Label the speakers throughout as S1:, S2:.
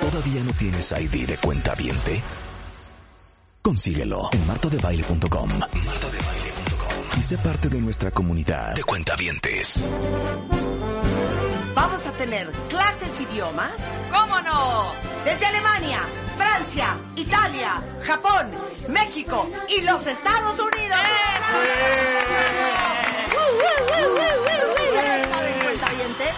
S1: ¿Todavía no tienes ID de cuenta viente? Consíguelo en martodebaile.com. Y sé parte de nuestra comunidad de cuentavientes.
S2: Vamos a tener clases de idiomas
S3: ¿Cómo no?
S2: desde Alemania, Francia, Italia, Japón, México y los Estados Unidos.
S3: ¡Eh!
S2: ¡Woo, woo, woo, woo, woo, woo! Ya saben, cuentavientes,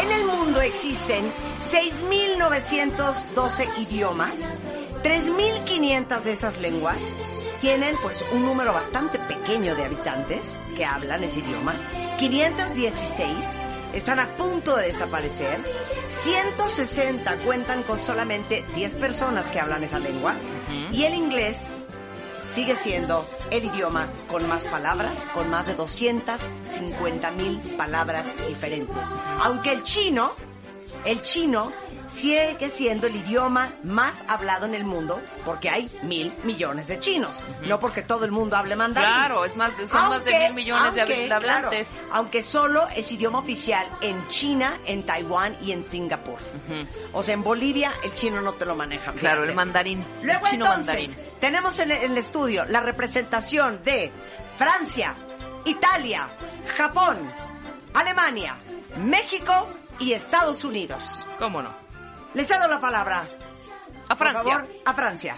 S2: En el mundo existen 6.912 idiomas, 3.500 de esas lenguas tienen pues un número bastante pequeño de habitantes que hablan ese idioma, 516 están a punto de desaparecer. 160 cuentan con solamente 10 personas que hablan esa lengua. Y el inglés sigue siendo el idioma con más palabras, con más de 250 mil palabras diferentes. Aunque el chino, el chino sigue siendo el idioma más hablado en el mundo porque hay mil millones de chinos. No porque todo el mundo hable mandarín.
S3: Claro, es más, de- son más de mil millones de
S2: aunque,
S3: habl- de hablantes.
S2: claro, aunque solo es idioma oficial en China, en Taiwán y en Singapur. O sea, en Bolivia el chino no te lo manejan.
S3: Claro,
S2: fíjate.
S3: el mandarín. el
S2: Luego
S3: chino
S2: entonces,
S3: mandarín.
S2: tenemos en el, en el estudio la representación de Francia, Italia, Japón, Alemania, México y Estados Unidos.
S3: ¿Cómo no?
S2: Les cedo la palabra,
S3: A
S2: por
S3: Francia.
S2: favor, a Francia.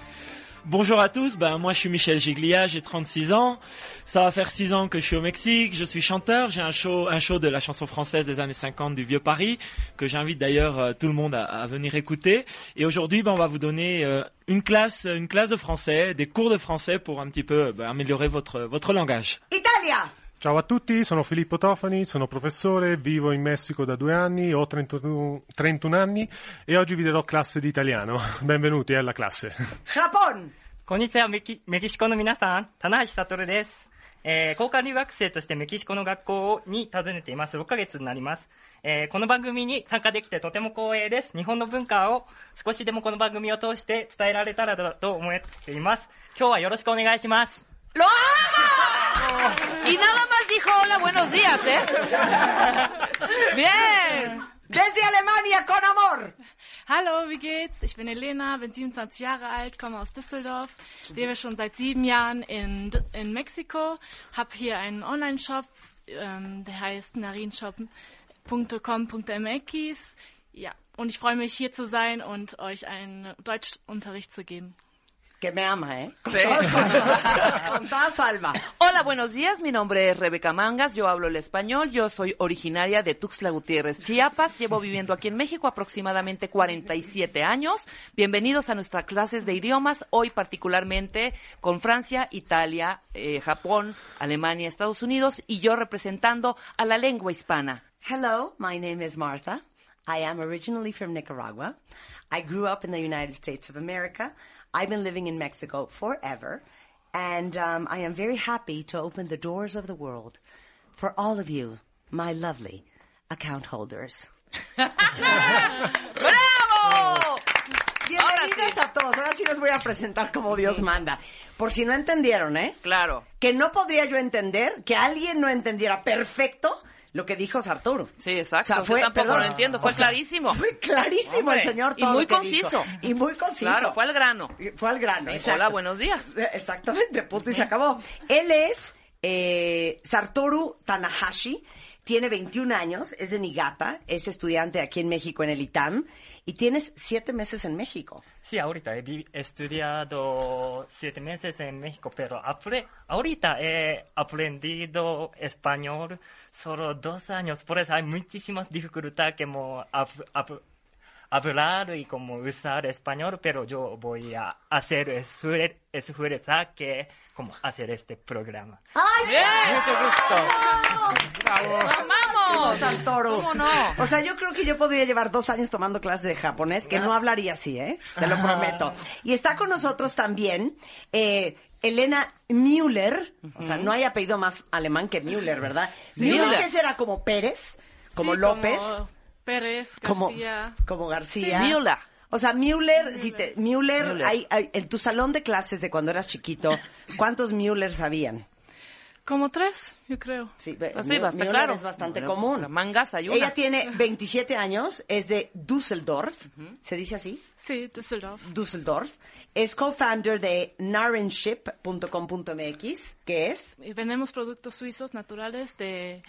S4: Bonjour à tous, ben, moi je suis Michel Giglia, j'ai 36 ans, ça va faire 6 ans que je suis au Mexique, je suis chanteur, j'ai un show, un show de la chanson française des années 50 du Vieux Paris, que j'invite d'ailleurs euh, tout le monde à, à venir écouter, et aujourd'hui ben, on va vous donner euh, une classe une classe de français, des cours de français pour un petit peu euh, ben, améliorer votre, votre langage.
S2: Italia,
S5: Ciao a tutti, sono Filippo Tofani, sono professore, vivo in Messico da due anni, ho 31, 31 anni e oggi vi darò classe di italiano. Benvenuti eh, alla classe.
S2: Japón,
S6: こんにちはメキ、メキシコの皆さん、棚橋悟です。えー、交換留学生としてメキシコの学校に訪ねています。6ヶ月になります。えー、この番組に参加できてとても光栄です。日本の文化を少しでもこの番組を通して伝えられたらだと思っています。今日はよろしくお願いします。
S3: ¡Lo amo! Y nada más dijo hola, buenos días, ¿eh? Bien.
S2: desde Alemania con amor.
S7: Hallo, wie geht's? Ich bin Elena, bin 27 Jahre alt, komme aus Düsseldorf, lebe schon seit sieben Jahren in, D- in Mexiko, habe hier einen Online-Shop, ähm, der heißt narinshop.com.mx. Ja, und ich freue mich hier zu sein und euch einen Deutschunterricht zu geben.
S2: Que me ama, ¿eh? Con
S3: Sí.
S2: toda su alma. Con toda su alma.
S3: Hola, buenos días. Mi nombre es Rebeca Mangas. Yo hablo el español. Yo soy originaria de Tuxtla Gutiérrez, Chiapas. Llevo viviendo aquí en México aproximadamente 47 años. Bienvenidos a nuestras clases de idiomas. Hoy particularmente con Francia, Italia, eh, Japón, Alemania, Estados Unidos y yo representando a la lengua hispana.
S2: Hello, my name is Martha. I am originally from Nicaragua. I grew up in the United States of America. I've been living in Mexico forever. And um, I am very happy to open the doors of the world for all of you, my lovely account holders.
S3: ¡Bravo!
S2: Bienvenidos a todos. Ahora sí los voy a presentar como Dios manda. Por si no entendieron, ¿eh?
S3: Claro.
S2: Que no podría yo entender que alguien no entendiera perfecto lo que dijo Sarturo.
S3: Sí, exacto.
S2: O sea,
S3: Yo tampoco lo entiendo. Fue
S2: o sea,
S3: clarísimo.
S2: Fue clarísimo
S3: Hombre,
S2: el señor
S3: y
S2: todo
S3: muy
S2: lo que dijo.
S3: conciso.
S2: Y muy conciso.
S3: Claro, fue al grano.
S2: Fue al grano.
S3: Sí,
S2: exacto.
S3: hola, buenos días.
S2: Eh, Exactamente, punto y se acabó. Él es eh, Sartoru Tanahashi, tiene 21 años, es de Niigata, es estudiante aquí en México en el ITAM y tienes siete meses en México.
S6: Sí, ahorita he vi- he estudiado siete meses en México, pero apre- ahorita he aprendido español solo dos años, por eso hay muchísimas dificultades que hemos ap- ap- hablar y como usar español, pero yo voy a hacer esfuer- esfuerzo que como hacer este programa.
S2: ¡Ay,
S6: Mucho gusto.
S3: ¡Vamos!
S2: vamos al toro!
S3: ¿Cómo no?
S2: O sea, yo creo que yo podría llevar dos años tomando clases de japonés, que no hablaría así, ¿eh? Te lo prometo. Y está con nosotros también eh, Elena Müller. O sea, no hay apellido más alemán que Müller, ¿verdad? Müller,
S3: Müller.
S2: ¿qué será? ¿Como Pérez? ¿Como
S7: Sí,
S2: López?
S7: Como Pérez,
S2: como
S7: García.
S2: como García.
S3: Sí, Müller.
S2: O sea, Müller, si te, Müller,
S3: Müller.
S2: hay- hay- en tu salón de clases de cuando eras chiquito, ¿cuántos Müllers habían?
S7: Como tres, yo creo.
S2: Sí, ve-
S3: Pues sí,
S2: Müller-
S3: basta,
S2: Müller
S3: claro.
S2: es bastante
S3: Bueno,
S2: común.
S3: la mangas hay una.
S2: Ella tiene 27 años, es de Düsseldorf, se dice así,
S7: Sí, Düsseldorf.
S2: Düsseldorf. Es co-founder de narenship.com.mx, que es
S7: Y vendemos productos suizos naturales de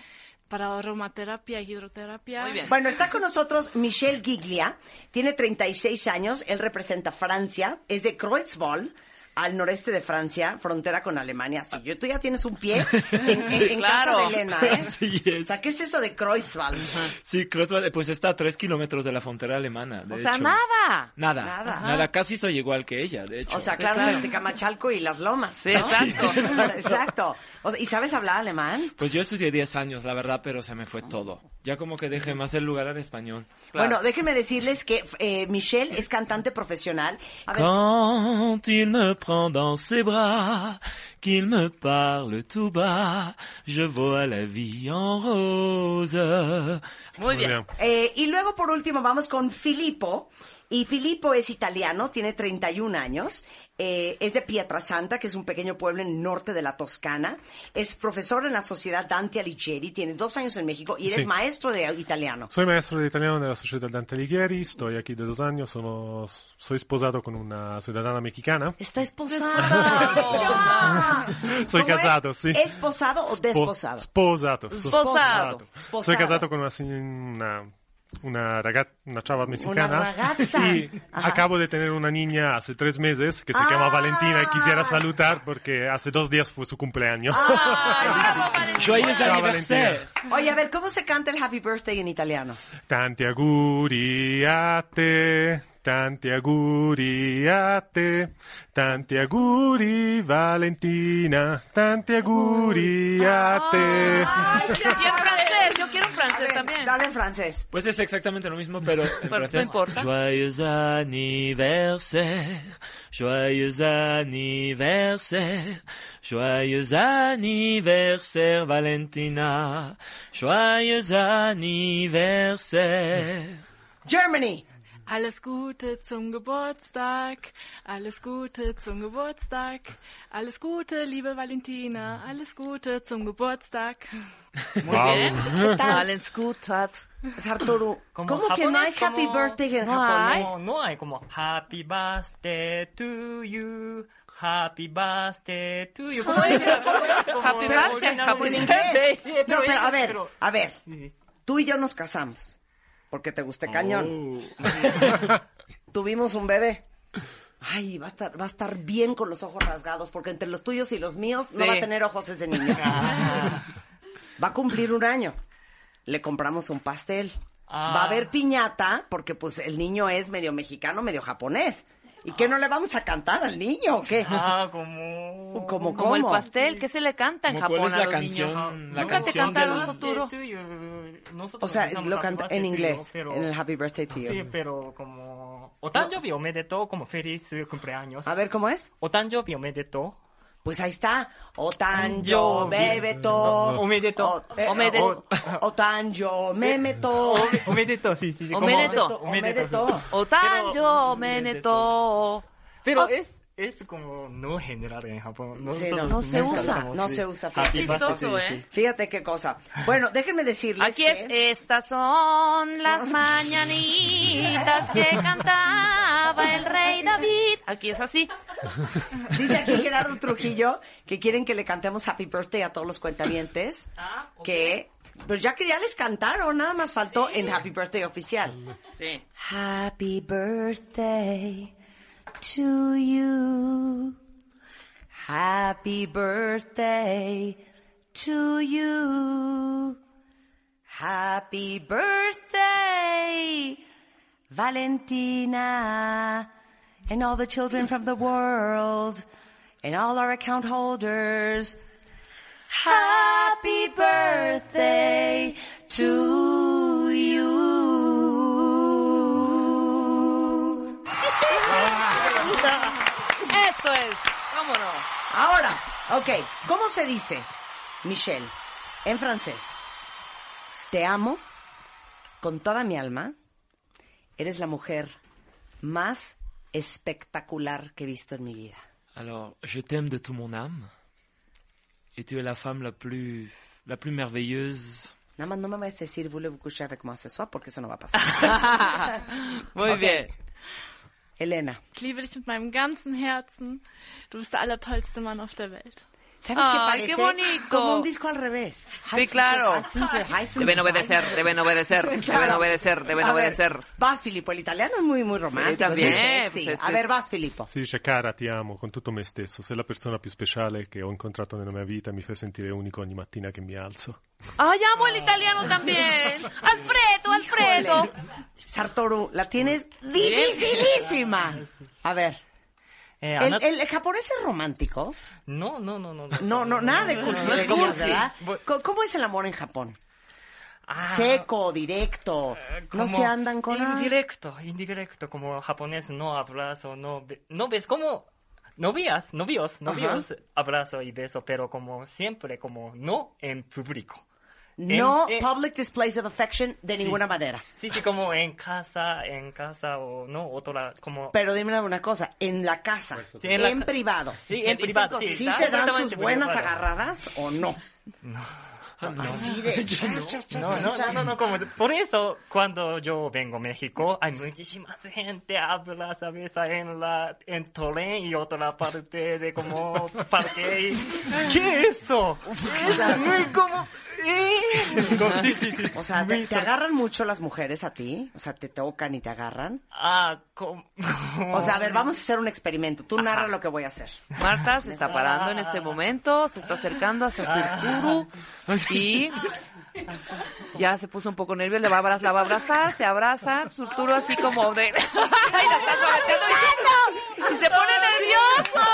S7: para aromaterapia y hidroterapia.
S3: Muy bien.
S2: Bueno, está con nosotros Michel Giglia, tiene 36 años, él representa Francia, es de Kreuzball, al noreste de Francia, frontera con Alemania. Sí, yo, tú ya tienes un pie en, en- en
S3: Claro.
S2: casa de Elena, ¿eh?
S4: Así es.
S2: O sea, ¿qué es eso de Kreuzball?
S4: Sí, Kreuzberg, eh, pues está a tres kilómetros de la frontera alemana. de
S3: O sea,
S4: hecho.
S3: nada.
S4: Nada.
S2: Nada.
S4: Nada. casi soy igual que ella, de hecho.
S2: O sea, claro,
S3: claro.
S2: entre Camachalco y las lomas.
S3: Sí,
S2: ¿no?
S3: exacto.
S2: exacto. O sea, ¿Y sabes hablar alemán?
S4: Pues yo estudié 10 años, la verdad, pero se me fue todo. Ya como que dejé más el lugar al español.
S3: Claro.
S2: Bueno, déjenme decirles que eh, Michelle es cantante profesional. A ver,
S4: Quand il me prend dans ses bras, qu'il me parle tout bas, je vois la vie en rose.
S3: Muy bien.
S2: Eh, y luego, por último, vamos con Filippo. Y Filippo es italiano, tiene 31 años, eh, es de Pietrasanta, que es un pequeño pueblo en el norte de la Toscana, es profesor en la sociedad Dante Alighieri, tiene dos años en México y eres
S5: Sí.
S2: maestro de italiano.
S5: Soy maestro di italiano nella società Dante Alighieri, sto qui da dos anni, sono, sono sposato con una ciudadana mexicana.
S2: Está esposado.
S3: Esposado.
S5: Soy
S2: ¿Cómo es?
S5: casado, sí.
S2: ¿Esposado o desposado?
S5: Sposato. so-
S3: Sposato.
S2: Sposato.
S5: Soy casado con una, sig- una, una, raga- una chava mexicana.
S2: ragazza.
S5: Y
S2: Ajá.
S5: acabo de tener una niña hace tres meses que se
S2: Ah.
S5: llama Valentina y quisiera saludar porque hace dos días fue su cumpleaños.
S2: Ah.
S3: Ay, bravo, Valentina.
S4: Joyeux
S5: Ciao,
S4: anniversaire.
S5: Valentina.
S2: Oye, a ver, ¿cómo se canta el Happy Birthday en italiano?
S5: Tanti auguri a te, tanti auguri a te, tanti auguri Valentina, tanti auguri a te.
S3: Y en francés, Eh, yo quiero en
S2: A
S3: francés
S2: ver,
S3: también.
S2: dale en francés.
S4: Pues es exactamente lo mismo, pero en
S3: no
S4: francés.
S3: importa.
S4: Joyeux anniversaire, joyeux anniversaire, joyeux anniversaire, Valentina, joyeux anniversaire.
S2: Germany.
S7: Alles Gute zum Geburtstag, alles Gute zum Geburtstag, alles Gute, liebe Valentina, alles Gute zum Geburtstag.
S3: Muy bien. Valen Scutat.
S2: Sartoru,
S6: Como
S2: ¿cómo que no hay
S6: japonés,
S2: Happy
S6: como-
S2: Birthday en
S3: No
S2: japonés?
S3: hay.
S6: No, no hay como Happy Birthday to you. Happy Birthday to you. ¿Cómo es? Como-
S3: Happy
S6: pero
S3: birthday,
S6: originalmente en
S3: happy
S2: en
S6: inglés.
S2: inglés.
S6: Sí,
S2: No, pero a ver,
S6: pero-
S2: a ver. Tú y yo nos casamos. Porque te gusté cañón. Tuvimos un bebé. Ay, va a estar, va a estar bien con los ojos rasgados, porque entre los tuyos y los míos no
S3: Sí.
S2: va a tener ojos ese niño. va a cumplir un año. Le compramos un pastel.
S6: Ah.
S2: Va a haber piñata, porque pues el niño es medio mexicano, medio japonés. ¿Y qué no le vamos a cantar al niño o qué?
S6: Ah, como...
S2: Como,
S3: Como el
S2: cómo?
S3: pastel, ¿qué se le canta en
S4: ¿Cómo cuál
S3: Japón
S4: es
S3: a
S4: la
S3: los
S4: canción-
S3: niños?
S4: la
S3: Nunca te
S4: canción
S3: canta
S4: de los-
S3: los Soturo.
S6: to you.
S2: O
S6: Nosotros
S2: sea,
S6: usamos
S2: lo
S6: Happy
S2: canta
S6: Birthday
S2: en
S6: to you,
S2: inglés,
S6: pero-
S2: en el Happy Birthday to you.
S6: Sí, pero como... O tanjobi omedetou, como feliz cumpleaños.
S2: A ver, ¿cómo es?
S6: O tanjobi omedetou.
S2: Pues ahí está. Otanjo, bebeto.
S6: Omedeto.
S2: O- eh,
S3: Omedeto.
S2: o- Otanjo, memeto.
S6: Omedetou, sí, sí. sí, como-
S3: Omedeto.
S6: Omedeto.
S2: Omedeto.
S3: Otanjo, meneto.
S6: Pero es, es como no general en Japón.
S2: Ah. Sí,
S6: Nosotros
S2: no, no se
S6: nunca
S2: usa,
S6: usamos,
S2: no
S6: sí. Ah,
S2: se usa.
S6: Happy
S3: Qué Ah, chistoso,
S6: birthday,
S3: ¿eh?
S2: Fíjate qué cosa. Bueno, déjenme decirles
S3: Aquí es,
S2: que...
S3: estas son las mañanitas que cantaba el rey David. Aquí es así.
S2: Dice aquí Gerardo Trujillo que quieren que le cantemos Happy Birthday a todos los cuentavientes. Que... Pues ya que ya les cantaron, nada más faltó en Happy Birthday oficial.
S3: Sí.
S2: Happy birthday to you. Happy birthday to you. Happy birthday, Valentina, and all the children from the world, and all our account holders. Happy birthday to you.
S3: Eso es. Vámonos.
S2: Ahora, ok, ¿cómo se dice, Michelle, en francés? Te amo con toda mi alma. Eres la mujer más espectacular que he visto en mi vida.
S4: Alors, je t'aime de tout mon âme. Et tu es la femme la plus, la plus merveilleuse.
S2: Nada más no me vas a decir voulez-vous coucher avec moi ce soir?" porque eso no va a pasar.
S3: Muy
S2: Ok.
S3: bien.
S2: Elena,
S7: Ich liebe dich mit meinem ganzen Herzen. Du bist der allertollste Mann auf der Welt.
S2: ¿sabes Ah, qué
S3: Ay,
S2: parece?
S3: qué bonito.
S2: Como un disco al revés.
S3: Sí, claro. Deben obedecer, deben obedecer, deben obedecer, deben
S2: A ver,
S3: obedecer.
S2: vas, Filippo. El italiano es muy, muy romántico. es
S3: también,
S2: muy sexy.
S3: pues, es-
S2: A ver, vas, Filippo.
S5: Si dice cara, ti amo con tutto me stesso, sei la persona più speciale che ho incontrato nella mia vita, mi fai sentire unico ogni mattina che mi alzo.
S3: Ay, amo el italiano también. Alfredo, Alfredo.
S2: Sartoru, la tienes dificilísima. A ver,
S3: Eh,
S6: えーあ
S2: el,
S6: なた
S2: el- el japonés es romántico.
S6: No, no, no, no.
S2: No, no, nada de cursi.
S3: no
S2: de
S3: es
S2: niños,
S3: cursi.
S2: ¿verdad?
S6: Voy-
S2: Co- ¿Cómo es el amor en Japón?
S6: Ah,
S2: Seco, directo. No se andan con "Ay,
S6: Eh, indirecto, indirecto, como japonés, no abrazo, no, be- no ves, como novias, novios, novios, abrazo y beso, pero como siempre, como no en público.
S2: No
S3: eh,
S6: En- en-
S2: public displays of affection de ninguna manera.
S6: Sí, sí, como en casa, en casa o no, otra, como...
S2: Pero dime una cosa, en la casa,
S6: Sí,
S2: en,
S6: en la ca-
S2: privado,
S6: Sí,
S3: Se
S6: en
S3: dicen
S6: privado, sí.
S3: cositas.
S2: ¿sí
S6: está
S2: se dan sus
S6: exactamente
S2: buenas
S6: privado.
S2: agarradas o no? Así de... chas, chas, chas,
S6: No,
S2: chas,
S6: no,
S2: chas.
S6: no, no, no, como, por eso, cuando yo vengo a México, hay muchísima gente, habla, ¿sabes? En la, en Torén y otra parte de como parque y... ¿Qué es eso? Es muy como... ¿eh? Como- sí, sí, sí.
S2: O sea,
S6: Muy
S2: te, te
S6: sor-
S2: agarran mucho las mujeres a ti, o sea, te tocan y te agarran.
S6: Ah, como...
S2: O sea, a ver, vamos a hacer un experimento. Tú narra lo que voy a hacer.
S3: Marta se está parando en este momento, se está acercando hacia
S2: Ah.
S3: su guru y ya se puso un poco nerviosa, le va a abrazar, la va a abrazar, se abraza, Surturo así como de... ¡Ay, la está sometiendo diciendo! ¡Y se pone nervioso!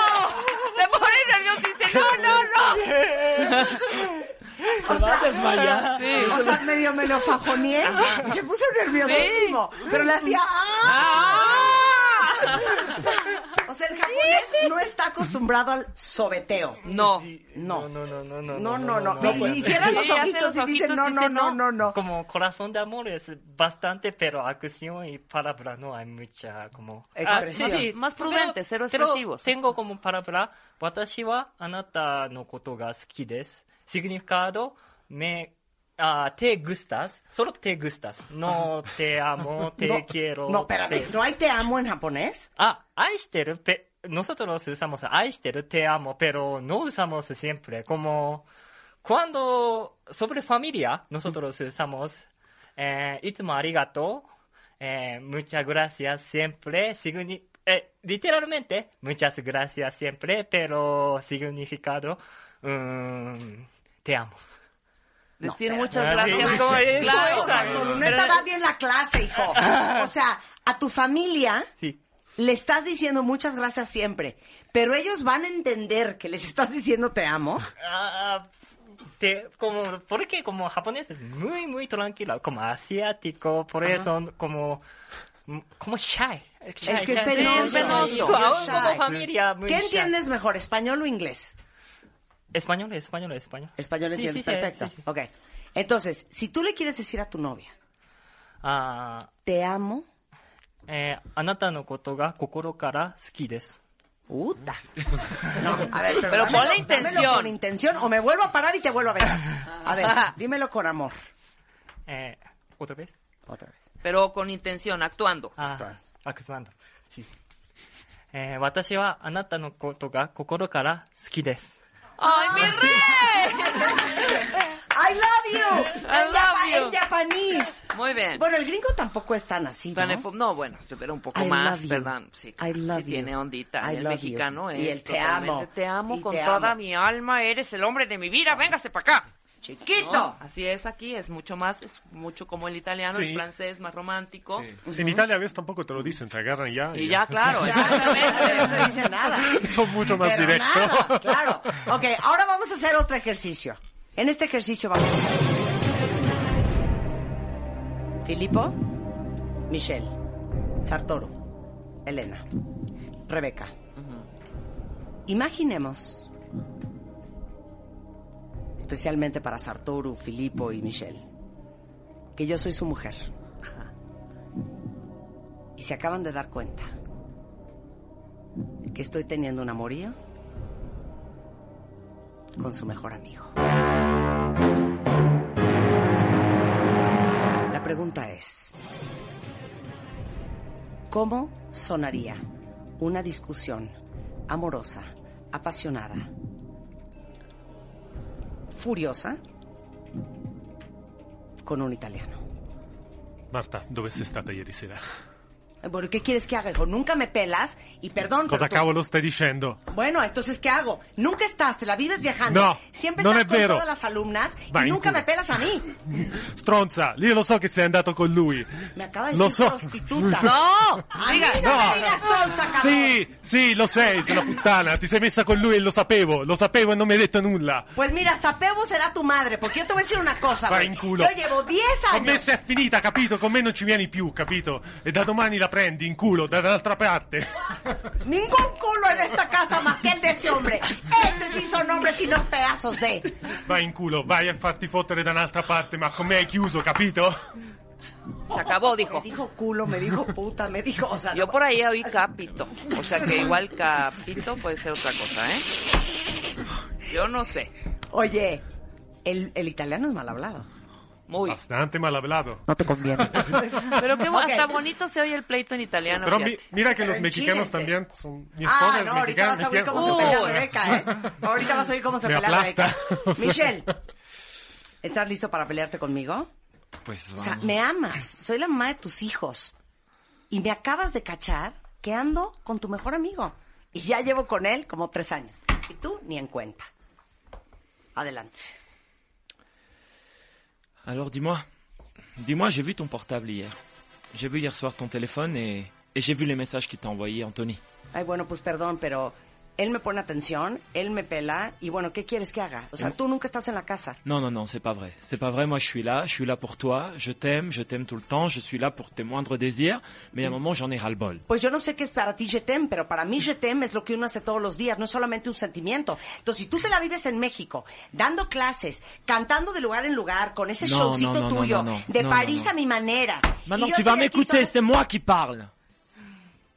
S3: ¡Se pone nervioso y dice, no, no, no!
S2: O sea,
S6: Vaya.
S3: Sí.
S2: o sea, medio me lo fajoneé y se puso nerviosísimo. Pero le hacía... ¡Ah! O sea, el japonés no está acostumbrado al sobeteo.
S3: No.
S2: No.
S6: No, no, no, no,
S2: No, no, no.
S6: puede
S2: Y, y cierran los
S3: Sí, hace los
S2: ojitos y dicen
S3: ojitos,
S2: no, no,
S3: dice
S2: no,
S3: no.
S2: no, no.
S6: Como corazón de amor es bastante, pero acción y palabra no hay mucha como...
S2: Expresión.
S6: Ah, sí, sí.
S3: Más prudente, cero
S6: pero
S3: expresivos.
S6: tengo como palabra, watashi wa anata no koto ga suki desu. Significado, me... ah, te gustas, solo te gustas. No te amo, te
S2: No,
S6: quiero.
S2: No, espérame.
S6: te-
S2: ¿No hay te amo en japonés?
S6: Ah, aishiteru, pe- nosotros usamos aishiteru, te amo, pero no usamos siempre. Como cuando sobre familia, nosotros usamos eh, itsumo arigato, eh, muchas gracias siempre, signi- eh, literalmente, muchas gracias siempre, pero significado, mm, te amo.
S3: Decir muchas
S6: espérate.
S3: gracias.
S6: Sí, ¿cómo es?
S3: Claro.
S6: ¿Cómo es?
S2: Cuando
S3: Pero-
S2: neta va bien la clase, hijo. O sea, a tu familia
S6: Sí.
S2: le estás diciendo muchas gracias siempre, pero ellos van a entender que les estás diciendo te amo.
S6: Ah, te, como, porque como japonés es muy, muy tranquilo, como asiático, por eso como, como shy. Shy,
S2: Es que
S6: shy,
S2: es
S6: shy.
S2: penoso.
S3: es penoso.
S6: Sí,
S2: hijo,
S6: Su-
S2: es
S6: como
S2: shy.
S6: familia, muy
S2: ¿Qué
S6: shy.
S2: entiendes mejor, español o inglés?
S6: Español, español, español.
S2: Español
S6: Sí,
S2: entiendes
S6: sí, sí,
S2: perfecto.
S6: sí, sí.
S2: Ok. Entonces, si tú le quieres decir a tu novia,
S6: Ah,
S2: te amo,
S6: eh, anata no koto ga kokoro kara suki desu.
S2: puta. No, a ver, pero, dámelo-
S3: Pero ponle
S2: dámelo
S3: intención.
S2: con intención o me vuelvo a parar y te vuelvo a besar. A ver, dímelo con amor.
S6: Eh, ¿Otra vez?
S2: Otra vez.
S3: Pero con intención, actuando.
S6: Ah, actuando. Sí. Eh, 私はあなたのことが心から好きです。
S3: ¡Ay, mi rey!
S2: I love you.
S3: I
S2: En
S3: love
S2: japa-
S3: you.
S2: En japonés.
S3: Muy bien.
S2: Bueno, el gringo tampoco es tan así, ¿no?
S3: Tan efo- no, bueno, se verá un poco
S2: I love
S3: más,
S2: you.
S3: ¿verdad? Sí,
S2: I love
S3: sí
S2: you.
S3: tiene ondita.
S2: I
S3: el
S2: love you.
S3: mexicano
S2: Y
S3: es
S2: el te amo.
S3: totalmente, Te amo
S2: Y
S3: con
S2: te
S3: toda
S2: amo.
S3: mi alma. Eres el hombre de mi vida. Véngase para acá.
S2: chiquito.
S3: No, así es aquí, es mucho más, es mucho como el italiano,
S5: Sí.
S3: el francés, más romántico.
S2: Mhm.
S5: En Italia a veces tampoco te lo dicen, te agarran ya.
S3: Y ya, claro,
S2: Claro, no te
S3: exactamente.
S2: dice nada.
S5: Son mucho más
S2: Pero
S5: directos.
S2: nada, claro. Ok, ahora vamos a hacer otro ejercicio. En este ejercicio vamos a... Filipo, Michelle, Sartoro, Elena, Rebeca. Imaginemos, especialmente para Sartoru, Filipo y Michelle, que yo soy su mujer. Y se acaban de dar cuenta que estoy teniendo un amorío con su mejor amigo. La pregunta es, ¿cómo sonaría una discusión amorosa, apasionada, furiosa con un italiano?
S5: Marta, dove sei stata ieri sera?
S2: Bueno, ¿qué quieres que haga, hijo? Nunca me pelas y perdón.
S5: Cosa
S2: pero tú-
S5: cavolo stai dicendo?
S2: Bueno, entonces, ¿qué hago? Nunca estás, te la vives viajando.
S5: No,
S2: Siempre
S5: non
S2: estás
S5: è
S2: con
S5: vero.
S2: todas las alumnas
S5: Vai
S2: y
S5: in
S2: nunca
S5: culo.
S2: me pelas a mí.
S5: Stronza, io lo so che sei andato con lui.
S2: Me acaba de
S5: Lo
S2: decir
S5: so.
S2: prostituta.
S3: No,
S2: A mí
S3: diga,
S2: no,
S5: no.
S2: me digas tonta, cabrón.
S5: Sì, sì, lo sei, sono puttana. Ti sei messa con lui e lo sapevo, lo sapevo e non mi hai detto nulla.
S2: Pues mira, Sapebo será tu madre, porque yo te voy a decir una cosa.
S5: Vai
S2: güey.
S5: in culo.
S2: Yo llevo 10
S5: Con me
S2: años.
S5: se è finita, capito? Con me non ci vieni più, capito? E da domani la prendi in culo, dall'altra parte.
S2: Ningún culo en esta casa más que el de ese hombre. Este sí son hombres y no pedazos de.
S5: Vai in culo, vai a farti fottere da un'altra parte, ma con me hai chiuso, capito?
S3: se acabó,
S2: Me
S3: dijo.
S2: dijo culo, me dijo puta, me dijo. O sea,
S3: Yo
S2: no-
S3: por ahí oí capito, o sea que igual capito puede ser otra cosa, ¿eh? Yo no sé.
S2: Oye, el, el italiano es mal hablado.
S3: Muy.
S5: Bastante malablato.
S3: Pero qué bo-
S2: Ok.
S3: hasta bonito se oye el pleito en italiano.
S5: Pero mi-
S3: fíjate.
S5: mira que los
S2: Pero
S5: mexicanos
S2: chídense.
S5: también son... Mi
S2: Ah,
S5: esposa es
S2: no, ahorita vas a
S5: mexicana,
S2: oír cómo se
S3: Uy.
S2: pelea
S5: Uy.
S2: Rebeca, ¿eh? Ahorita vas a oír cómo se
S5: Me
S2: pelea
S5: aplasta.
S2: Rebeca. Michelle, ¿estás listo para pelearte conmigo?
S8: Pues
S2: O sea, me amas, soy la mamá de tus hijos. Y me acabas de cachar que ando con tu mejor amigo. Y ya llevo con él como tres años. Y tú ni en cuenta. Adelante.
S4: Alors dis-moi, dis-moi, j'ai vu ton portable hier. J'ai vu hier soir ton téléphone et, et j'ai vu les messages qu'il t'a envoyés, Anthony.
S2: Ay, bueno, pues perdón, pero él me pone atención, él me pela. Y bueno, ¿qué quieres que haga? O sea, tú nunca estás en la casa.
S4: Non, non, non, c'est pas vrai. C'est pas vrai, moi je suis là, je suis là pour toi, je t'aime, je t'aime tout le temps, je suis là pour tes moindres désirs, mais
S2: Mm.
S4: à un moment j'en ai ras-le-bol.
S2: Pues yo no sé qué es para ti Jetem, pero para mí Jetem es lo que uno hace todos los días, no es solamente un sentimiento. Entonces, si tú te la vives en México, dando clases, cantando de lugar en lugar, con ese
S4: No, no,
S2: showcito
S4: no, no,
S2: tuyo,
S4: no, no.
S2: de
S4: No,
S2: París
S4: no, no.
S2: a mi manera.
S4: Maintenant
S2: y yo
S4: tu vas
S2: estoy aquí
S4: m'écouter,
S2: solo-
S4: c'est moi qui parle.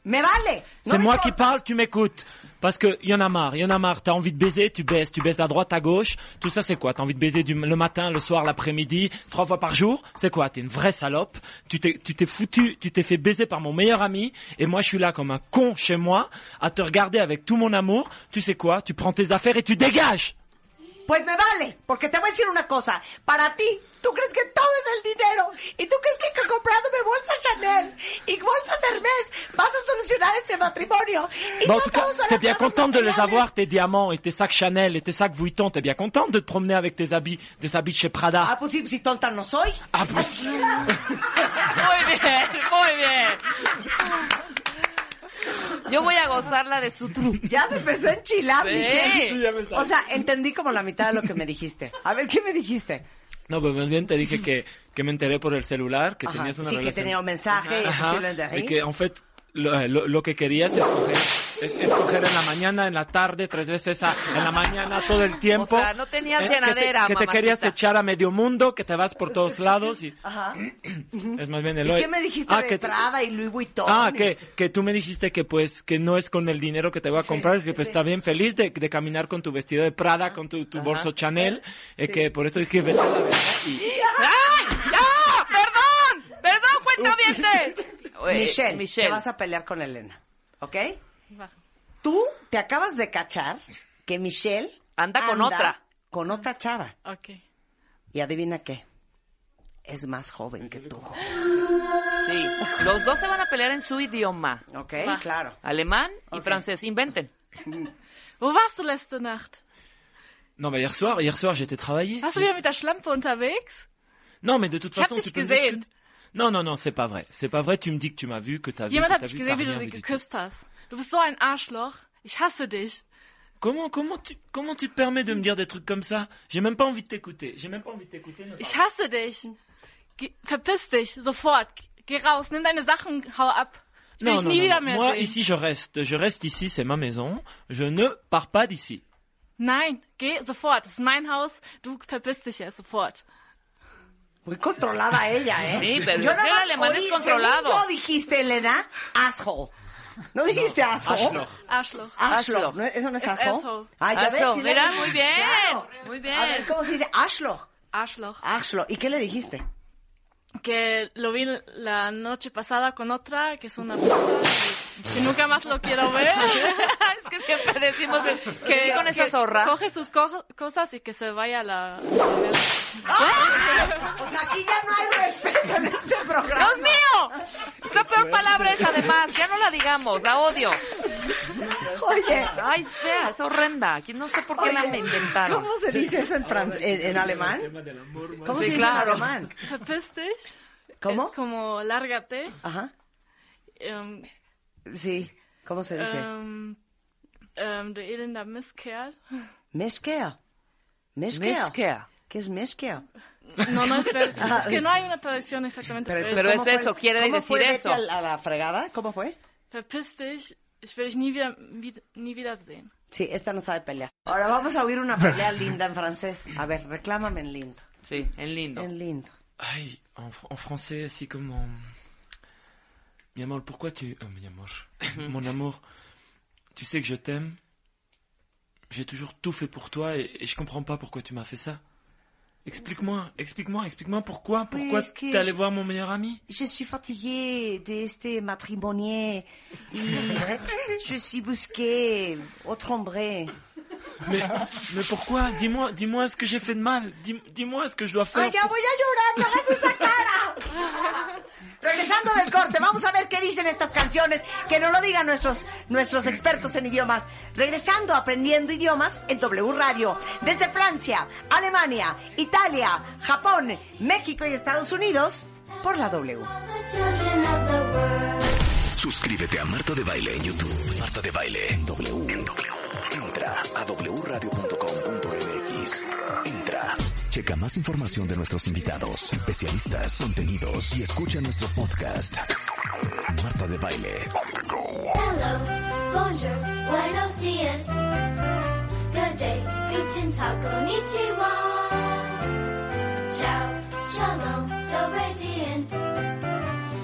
S2: Me vale. no
S4: C'est
S2: me
S4: moi qui
S2: importa.
S4: parle, tu m'écoutes. Parce que y en a marre, y en a marre. T'as envie de baiser, tu baises, tu baises à droite, à gauche. Tout ça, c'est quoi T'as envie de baiser du, le matin, le soir, l'après-midi, trois fois par jour C'est quoi T'es une vraie salope. Tu t'es, tu t'es foutu, tu t'es fait baiser par mon meilleur ami, et moi, je suis là comme un con chez moi, à te regarder avec tout mon amour. Tu sais quoi Tu prends tes affaires et tu dégages.
S2: Pues me vale, porque te voy a decir una cosa. Para ti, tú crees que todo es el dinero. Y tú crees que con- comprándome bolsa Chanel y bolsas Hermès vas a solucionar este matrimonio.
S4: Bah,
S2: Y
S4: en
S2: no
S4: tout cas,
S2: estamos
S4: t'es bien
S2: hablando
S4: contente de les
S2: materiales.
S4: avoir, tes diamants et tes sacs Chanel et tes sacs Vuitton. T'es bien contente de te promener avec tes habits, des habits de chez Prada.
S2: Ah, pues sí, si tonta no soy.
S4: Ah, pues-
S3: Muy bien, muy bien. Yo voy a gozar la de su truco.
S2: Ya se empezó a enchilar,
S3: Sí. Sí,
S2: Michelle.
S4: ya me sale.
S2: O sea, entendí como la mitad de lo que me dijiste. A ver, ¿qué me dijiste?
S4: No, pues más bien te dije que, que me enteré por el celular, que
S2: Ajá.
S4: tenías una
S2: sí, que
S4: relación.
S2: tenía un mensaje. eso sí lo entendí.
S4: Y que en fait, lo, eh, lo- lo que querías es coger, es, es coger en la mañana, en la tarde, tres veces a- en la mañana, todo el tiempo. Eh,
S3: O sea, no tenías
S4: que te-
S3: llenadera,
S4: Que te,
S3: mamacita.
S4: querías echar a medio mundo, que te vas por todos lados y... Es más bien el
S2: ¿Y
S4: hoy.
S2: qué me dijiste
S4: Ah,
S2: de
S4: que-
S2: Prada y Louis Vuitton?
S4: Ah,
S2: Y-
S4: que, que tú me dijiste que pues que no es con el dinero que te voy a comprar, que pues está bien feliz de, de caminar con tu vestido de
S2: Ah,
S4: Prada, con tu, tu bolso Chanel, eh, que por eso dije, vete a la verga y-
S3: ¡Ay! ¡No! ¡Perdón! ¡Perdón, cuentavientes! Oye,
S2: Michelle, te
S3: Michelle.
S2: vas a pelear con Elena, ¿ok?
S7: Va.
S2: Tú te acabas de cachar que Michelle
S3: Anda con otra.
S2: con otra chava.
S7: Okay.
S2: Y adivina qué, es más joven que tú.
S3: Sí. Los dos se van a pelear en su idioma.
S2: ¿Ok?
S7: Va.
S2: Claro.
S3: Alemán y francés. Inventen.
S7: Wo warst du letzte Nacht?
S4: Non, mais hier soir, hier soir, j'étais travaillé.
S7: Warst du wieder mit der Schlampe unterwegs?
S4: Non, mais de toute
S7: Ich hab
S4: façon, tu
S7: dich
S4: peux me
S7: gesehen.
S4: discuter. Non, non, non, c'est pas vrai. C'est pas vrai. Tu me dis que tu m'as vu, que t'as vu. que
S7: Jemand
S4: t'as
S7: hat dich
S4: vu, t'as
S7: gesehen, wie du
S4: rien
S7: sie
S4: vu du
S7: geküsst hast. Du bist so ein Arschloch. Ich hasse dich.
S4: tout. Comment, comment tu, comment tu te permets de me dire des trucs comme ça J'ai même pas envie de t'écouter. J'ai même pas envie de t'écouter. ne
S7: Ich hasse dich. Ge verpiss dich sofort. Geh raus, nimm deine Sachen, hau ab. Ich will
S4: Non,
S7: dich
S4: non,
S7: nie
S4: non,
S7: wieder
S4: non.
S7: mehr
S4: Moi,
S7: sehen.
S4: ici, je reste. Je reste ici, c'est ma maison. Je ne pars pas d'ici.
S7: Nein, geh sofort. Das ist mein Haus. Du verpiss dich jetzt sofort.
S2: Muy controlada ella, ¿eh?
S3: Sí, pero
S2: Yo
S3: es
S2: nada
S3: que el
S2: más
S3: alemán es
S2: oí,
S3: controlado.
S2: según Yo dijiste, Elena, asshole. ¿No dijiste asshole?
S4: Arschloch.
S7: Arschloch. ne?
S2: Ashloch.
S3: Ashloch.
S2: No, eso no es
S7: Es
S2: asshole.
S7: asshole.
S2: Ah, ya ves,
S3: Ashloch.
S2: sí le-
S3: Mira, muy bien,
S7: genau.
S2: Claro.
S3: muy bien.
S2: A ver, ¿cómo se dice? Ashloch.
S7: Arschloch.
S2: Ashloch. ¿Y qué le dijiste?
S7: Que lo vi la noche pasada con otra, que es una puta, y que nunca más lo quiero ver. es que siempre
S3: Siempre decimos que
S7: que
S3: con esa
S7: que
S3: zorra.
S7: Coge sus co- cosas y que se vaya a la...
S2: ¡Ah! O sea, aquí ya no hay respeto en este programa.
S3: ¡Dios mío! Es la peor palabra esa, además. Ya no la digamos, la odio.
S2: Oye.
S3: Ay, es fea, es horrenda. Aquí no sé por qué la
S2: oye,
S3: inventaron.
S2: ¿Cómo se dice eso en, fran- en, en alemán? ¿Cómo
S3: Sí,
S2: se dice
S3: claro.
S2: en alemán?
S7: Verpiss dich.
S2: ¿Cómo?
S7: Es como lárgate.
S2: Ajá.
S7: Ähm,
S2: Sí. ¿Cómo se dice?
S3: Ah.
S7: ähm, ähm, du elender Mistkerl.
S2: Mezquea. Mezquea.
S3: Mezquea.
S2: ¿Qué es mezquea?
S7: No, no es verdad.
S2: Ah,
S7: es que no hay una traducción exactamente. Pero,
S2: entonces,
S3: es
S2: ¿cómo fue-
S3: eso, quiere
S2: cómo
S3: decir
S2: fue vete
S3: eso.
S2: A la, a la fregada, ¿cómo fue?
S7: verpiss dich. Ich will dich nie wieder, wie, nie wiedersehen.
S2: Sí, esta no sabe pelear. Ahora vamos a oír una pelea linda en francés. A ver, reclámame en lindo.
S3: Sí, en lindo.
S2: En lindo.
S4: Aïe, en, fr- en français, c'est comment Mi amour, pourquoi tu... euh, mi amour. Mon amour, tu sais que je t'aime. J'ai toujours tout fait pour toi et, et je comprends pas pourquoi tu m'as fait ça. Explique-moi, explique-moi, explique-moi pourquoi, pourquoi
S2: est-ce que
S4: t'es allé
S2: je-
S4: voir mon meilleur ami
S2: Je suis fatiguée de este matrimonio. Y je suis busquée, otro hombre.
S4: mais, mais pourquoi Dis-moi, dis-moi ce que j'ai fait de mal. Dis- Dis-moi ce que je dois faire.
S2: ¡Ay, ya voy a llorar! ¡No hagas esa cara! Regresando del corte, vamos a ver qué dicen estas canciones, que no lo digan nuestros, nuestros expertos en idiomas. Regresando, aprendiendo idiomas en W Radio. Desde Francia, Alemania, Italia, Japón, México y Estados Unidos, por la W.
S1: Suscríbete a Marta de Baile en YouTube. Marta de Baile en W. Entra a wradio.com.mx. Entra. Checa más información de nuestros invitados, especialistas, contenidos y escucha nuestro podcast. Marta de Baile.
S8: Hello, bonjour, buenos dias. Good day, guten tag, konnichiwa. Ciao, shalom, dobre dien.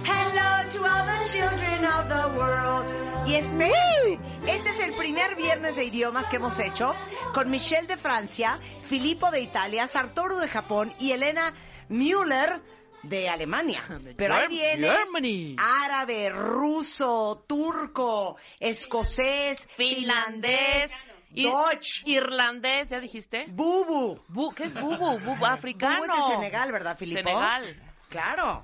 S2: Hello to all the children of the world. Yes, me. Este es el primer viernes de idiomas que hemos hecho con Michelle de Francia, Filippo de Italia, Sartoru de Japón y Elena Müller de Alemania. Pero ahí viene
S3: Germany.
S2: árabe, ruso, turco, escocés,
S3: Finlandés. Ir-
S2: Deutsch,
S3: Irlandés, ¿ya dijiste?
S2: bubu.
S3: Bu- ¿Qué es bubu? Bubu africano.
S2: Bubu es de Senegal, ¿verdad, Filippo?
S3: Senegal.
S2: Claro.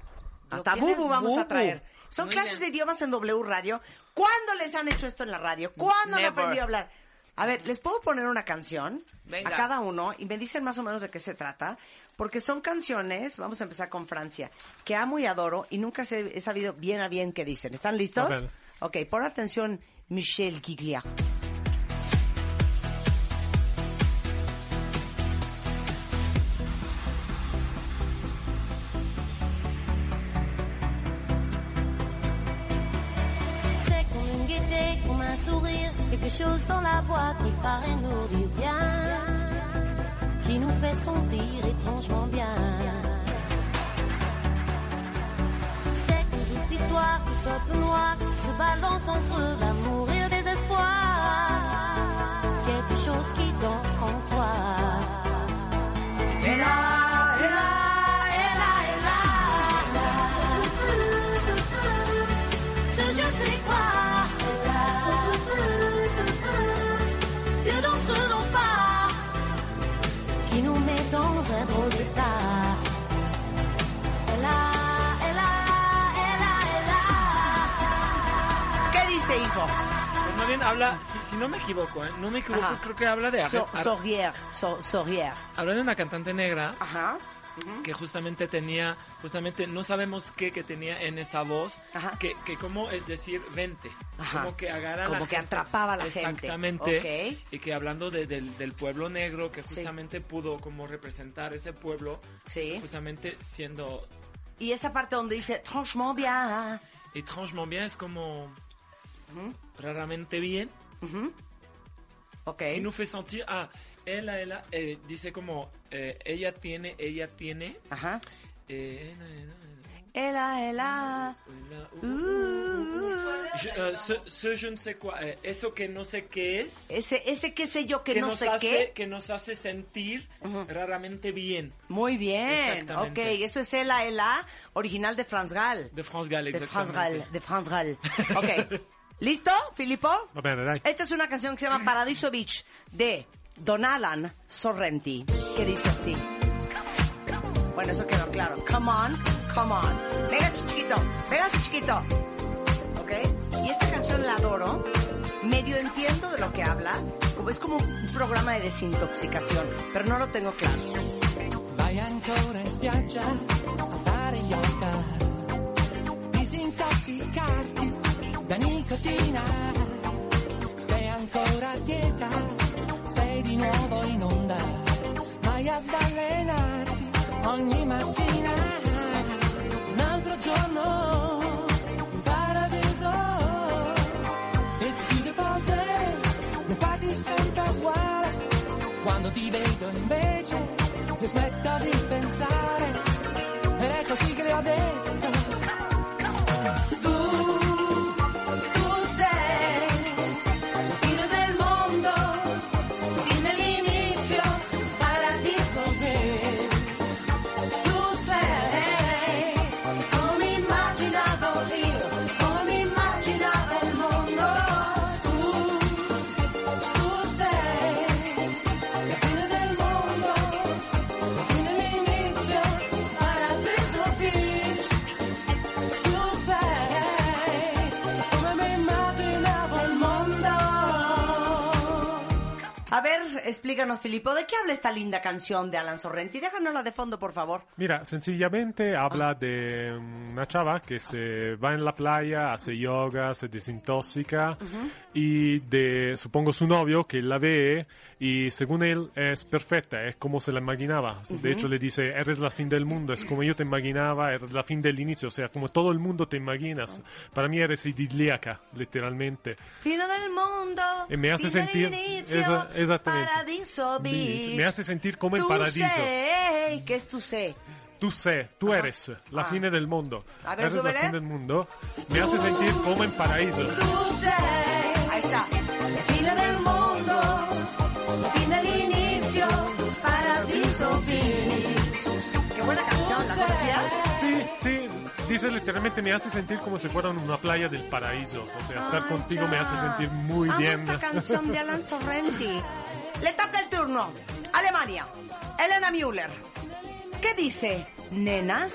S3: Pero
S2: Hasta
S3: ¿quién
S2: Bubu
S3: es
S2: vamos a
S3: Bubu?
S2: traer. Son
S3: Muy
S2: clases de
S3: bien.
S2: idiomas en W Radio. ¿Cuándo les han hecho esto en la radio? ¿Cuándo han
S3: Never.
S2: aprendido a hablar? A ver, les puedo poner una canción
S3: Venga.
S2: a cada uno y me dicen más o menos de qué se trata, porque son canciones, vamos a empezar con Francia, que amo y adoro y nunca sé- he sabido bien a bien qué dicen. ¿Están listos? Ok, pon atención, Michelle Giglia.
S9: C'est comme une gaieté, comme un sourire, quelque chose dans la voix qui paraît nourrir bien, qui nous fait sentir étrangement bien. C'est une toute histoire du peuple noir qui se balance entre l'amour et le désespoir, quelque chose qui danse en toi.
S2: Ela, ela, ela,
S9: Ce je sais quoi Que d'entre eux n'ont pas Qui nous met dans un drôle d'état Elle a, elle a, elle a, elle a
S2: ¿Qué dice, hijo?
S4: más bien habla, si, si no me equivoco, ¿eh? no me equivoco,
S2: Ajá.
S4: creo que habla de...
S2: So-
S4: ar-
S2: Sorrier, so- Sorrier.
S4: habla de una cantante negra
S2: Ajá.
S4: que justamente tenía, justamente no sabemos qué que tenía en esa voz,
S2: Ajá.
S4: que, que como es decir, vente,
S2: Ajá.
S4: como que agarra a la
S2: Como que
S4: gente.
S2: atrapaba a la gente.
S4: Exactamente.
S2: Ok.
S4: Y que hablando de- del, del pueblo negro, que
S2: Sí.
S4: justamente pudo como representar ese pueblo,
S2: Sí.
S4: justamente siendo
S2: Y esa parte donde dice, franchement bien.
S4: étrangement bien, es como raramente bien.
S2: Ok.
S4: Y nos fait sentir, ah, ella, ella, eh, dice como, eh, ella tiene, ella tiene,
S2: Ajá.
S4: eh, ela, ela, ela,
S2: Ela, ela.
S4: ela, uh,
S2: Uh, uh, uh.
S4: Je- euh, ce, ce je ne sais quoi, eh, eso que no sé qué es,
S2: Ese, ese qué sé yo que, no sé
S4: hace,
S2: qué.
S4: que nos hace sentir raramente bien.
S2: Muy bien. Ok,
S4: Exactamente.
S2: eso es Ela, ela, original de Franz Gall.
S4: De France Gall,
S2: De Franz
S4: exactamente.
S2: Gall, de Franz Gall. Ok. ¿Listo, Filipo?
S5: Va bene, dai.
S2: Esta es una canción que se llama Paradiso Beach de Don Alan Sorrenti, que dice así. Bueno, eso quedó claro. Come on, come on. Venga, chiquito, venga, chiquito. ¿Ok? Y esta canción la adoro. Medio entiendo de lo que habla. Como es como un programa de desintoxicación, pero no lo tengo claro.
S10: Vai ancora in spiaggia a fare yoga, disintossicarti da nicotina. Sei ancora a dieta, sei di nuovo in onda, vai ad allenarti ogni mattina. Un altro giorno in paradiso, it's beautiful day, non quasi sempre uguale. Quando ti vedo invece, io smetto di pensare, ed è così che le ho detto. Tu, tu sei la fine del mondo, fine l'inizio, paradiso me. Tu sei come immaginavo io, come immaginavo il mondo. Tu, tu sei la fine del mondo, la fine l'inizio, paradiso beach. Tu sei come mi immaginavo il mondo.
S2: A ver, explícanos, Filipo, ¿de qué habla esta linda canción de Alan Sorrenti? Déjanosla de fondo, por favor.
S5: Mira, sencillamente habla de mm, una chava que se va en la playa, hace yoga, se desintoxica y de, supongo, su novio que la ve y según él es perfecta, es como se la imaginaba. De hecho le dice, eres la fin del mundo, es como yo te imaginaba, eres la fin del inicio, o sea, como todo el mundo te imaginas. Para mí eres idilíaca, literalmente.
S2: Fino del mundo.
S5: E me hace
S2: fino
S5: sentir-
S2: dell'inizio,
S5: esa- esattamente.
S2: Paradiso beach.
S5: Me hace sentir como el
S2: Tu
S5: paradiso.
S2: sei, ¿qué es tu sé?
S5: Tú sé, tú eres la
S2: Ah.
S5: fine del mundo.
S2: A ver,
S5: eres
S2: súbele.
S5: la fin del mundo. Me hace sentir como en paraíso.
S10: Tu sei
S2: Ahí está.
S10: la fine del mondo, la fine dell'inizio, paradiso beach.
S2: Qué buena canción, ¿la conocías?
S5: Sí, sí. Dice literalmente me hace sentir como si fuera en una playa del paraíso. O sea, estar
S2: Ay,
S5: contigo
S2: Ah, ya.
S5: me hace sentir muy
S2: Amo
S5: bien.
S2: esta canción de Alan Sorrenti. Le toca el turno. Alemania. Elena Müller. ¿Qué dice? Nena.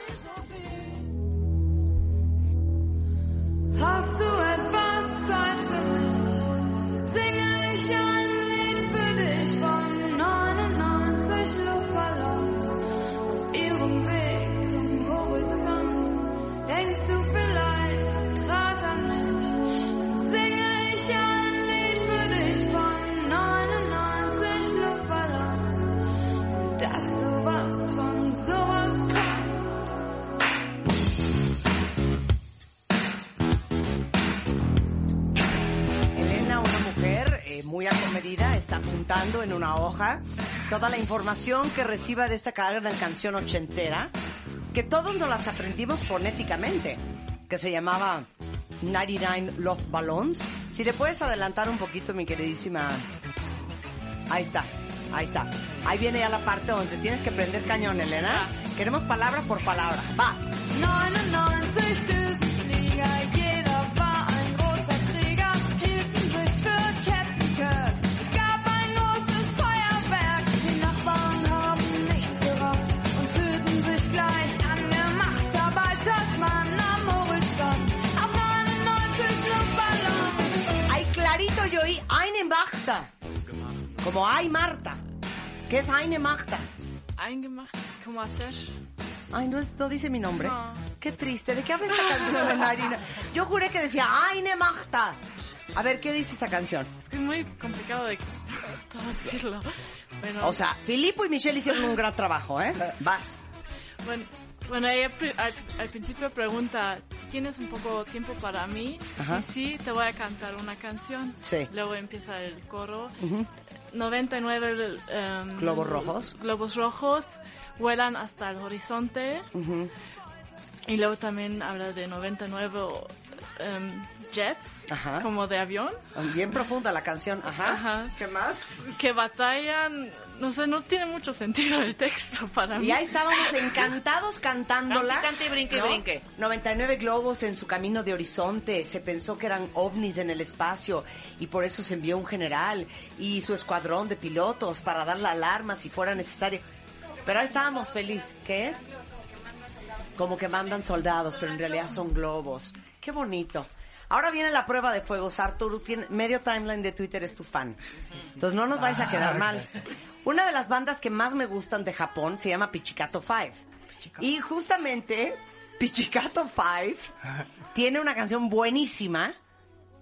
S9: Hast du etwas Zeit für mich? Singe ich ein Lied für dich von 99 Luftballons auf ihrem Weg zum Horizont. Denkst du vielleicht grad an mich? Dann singe ich ein Lied für dich von 99 Luftballons und dass sowas von sowas kommt.
S2: Elena, una mujer eh, muy acomedida, está apuntando en una hoja toda la información que reciba de esta gran canción ochentera, que todos nos las aprendimos fonéticamente, que se llamaba 99 Love Balloons. Si le puedes adelantar un poquito, mi queridísima. Ahí está, ahí está. Ahí viene ya la parte donde tienes que prender cañón, Elena. Queremos palabra por palabra. Va.
S9: 99 Düsenflieger, jeder war ein großer Krieger, hielten sich für Kettenköpfe. Es gab ein großes Feuerwerk, die Nachbarn haben nichts gerockt und fühlten sich gleich angemacht. Dabei schoss man am Horizont auf 99 Luftballons.
S2: Ahí clarito Marta. Como ay Marta. ¿Qué es Aine Marta?
S7: Eingemacht, como hacer.
S2: Ay, no, es- no dice mi nombre.
S7: No.
S2: Qué triste. ¿De qué habla esta canción de Marina? Yo juré que decía Aine Marta. A ver, ¿qué dice esta canción?
S7: Es muy complicado de cómo decirlo. Bueno,
S2: O sea, Filippo y Michelle hicieron un gran trabajo, ¿eh? Vas.
S7: bueno, bueno, ella pri- al, al principio pregunta si tienes un poco tiempo para mí.
S2: Ajá.
S7: Y sí, te voy a cantar una canción.
S2: Sí.
S7: Luego empieza el coro. 99 el, em,
S2: Globos rojos.
S7: Globos rojos vuelan hasta el horizonte.
S2: Ujú.
S7: Y luego también habla de 99 em, jets,
S2: Ajá.
S7: como de avión,
S2: Bien profunda la canción. Ajá.
S7: Ajá.
S2: ¿Qué más?
S7: que batallan. No sé, no tiene mucho sentido el texto para mí.
S2: Y ahí estábamos encantados cantándola.
S3: Ah, Cante, cante y brinque, y brinque.
S2: 99 globos en su camino de horizonte. Se pensó que eran ovnis en el espacio y por eso se envió un general y su escuadrón de pilotos para dar la alarma si fuera necesario. Pero ahí estábamos feliz. ¿Qué? Como que mandan soldados, pero en realidad son globos. Qué bonito. Ahora viene la prueba de fuegos. Arturo, tiene, medio timeline de Twitter es tu fan. Entonces no nos vais a quedar mal. Una de las bandas que más me gustan de Japón se llama Pichicato Five. Y justamente Pichicato Five tiene una canción buenísima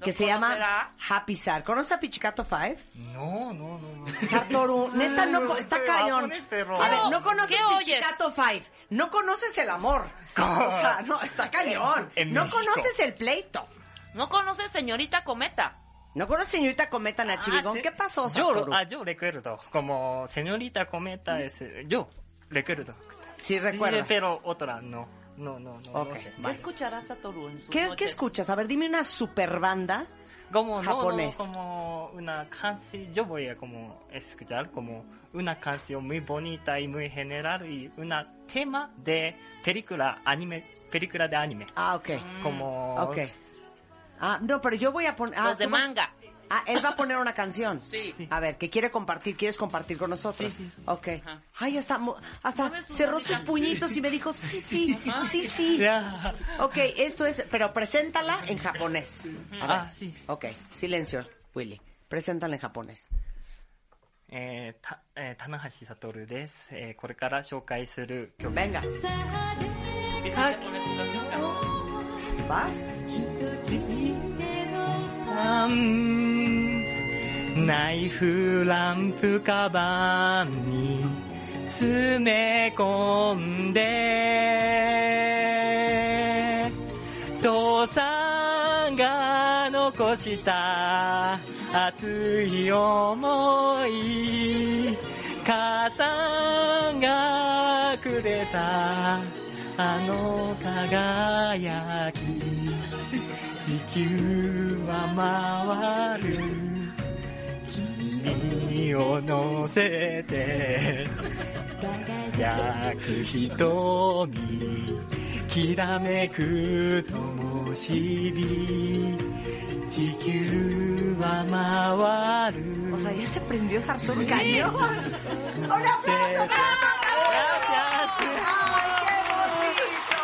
S2: que
S3: ¿Lo
S2: se llama
S3: conocerá?
S2: Happy Sar. ¿Conoces a Pichicato Five?
S6: No, no, no. no.
S2: Sartoru, neta, no, co- está
S6: Pero,
S2: cañón.
S6: japonés, perro.
S2: A ver,
S3: ¿Qué o-
S2: no conoces
S3: qué oyes?
S2: Pichicato Five, no conoces el amor. O sea, no, está cañón.
S6: En- en
S2: no
S6: México.
S2: conoces el pleito.
S3: ¿No conoces señorita Cometa?
S2: No conoces señorita Cometa Nachibigón.
S6: sí.
S2: ¿Qué pasó,
S6: Yo,
S2: Sartoru?
S6: ah, yo recuerdo, como señorita cometa es, yo recuerdo.
S2: Sí, recuerda.
S6: Sí, pero otra no, no, no, no.
S2: Ok,
S6: no sé.
S3: ¿Qué escucharás a Toru en sus
S2: ¿Qué,
S3: noches?
S2: qué escuchas? A ver, dime una super banda.
S6: Como no,
S2: Japonés.
S6: no, como una canción, yo voy a como escuchar como una canción muy bonita y muy general y una tema de película anime, película de anime.
S2: Ah, ok.
S6: Como
S2: Ok. Ah, no, pero yo voy a poner... Ah,
S3: Los de
S2: tú vas-
S3: manga.
S2: Ah, él va a poner una canción.
S3: Sí.
S2: A ver, que quiere compartir, quieres compartir con nosotros. Ok.
S3: Ajá.
S2: Ay, hasta, mo- hasta
S3: ¿No ves una
S2: cerró
S3: amiga?
S2: sus puñitos y me dijo, sí, sí, sí, sí.
S6: Ya.
S2: Ok, esto es, pero preséntala en japonés. A ver.
S6: Ah, sí.
S2: Ok, silencio, Willy. Preséntala en japonés.
S6: えーたえー棚橋悟です、えーこれから紹介する曲
S2: Venga,
S3: Empieza a poner sus canciones.
S2: vas.
S6: ナイフランプカバンに詰め込んで父さんが残した熱い思い母さんがくれたあの輝き地球は回る君を乗せて輝く瞳きらめく灯火地球は回る
S2: O sea, ya se prendió Sartón Cañón. ¡Un aplauso! ¡Bravo!
S6: Gracias.
S2: ¡Ay, qué bonito!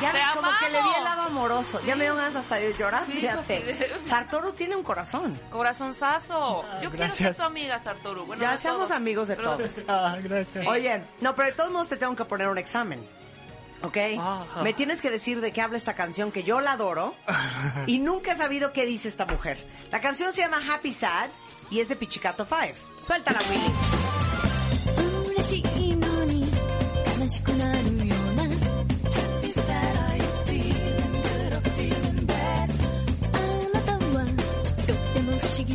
S2: Ya
S3: ¡Te
S2: ves, como que le vi
S3: amamos!
S2: el lado amoroso. Ya me dio ganas hasta de llorar,
S3: Sí,
S2: fíjate.
S3: pues sí.
S2: Sartoru tiene un corazón. Ah,
S3: Corazonzazo. Yo quiero ser
S6: gracias.
S3: tu amiga, Sartoru. Bueno,
S2: ya
S3: no
S2: seamos
S3: todos,
S2: amigos de
S3: pero-
S2: todos.
S6: Ah, gracias.
S2: Oye, no, pero de todos modos te tengo que poner un examen. ¿Ok?
S6: Ajá.
S2: Me tienes que decir de qué habla esta canción que yo la adoro y nunca he sabido qué dice esta mujer. La canción se llama Happy Sad y es de Pichicato Five. Suéltala, Willy.
S9: 嬉しいのに悲しくなるような Happy sad are you feeling good or feeling bad あなたはとっても不思議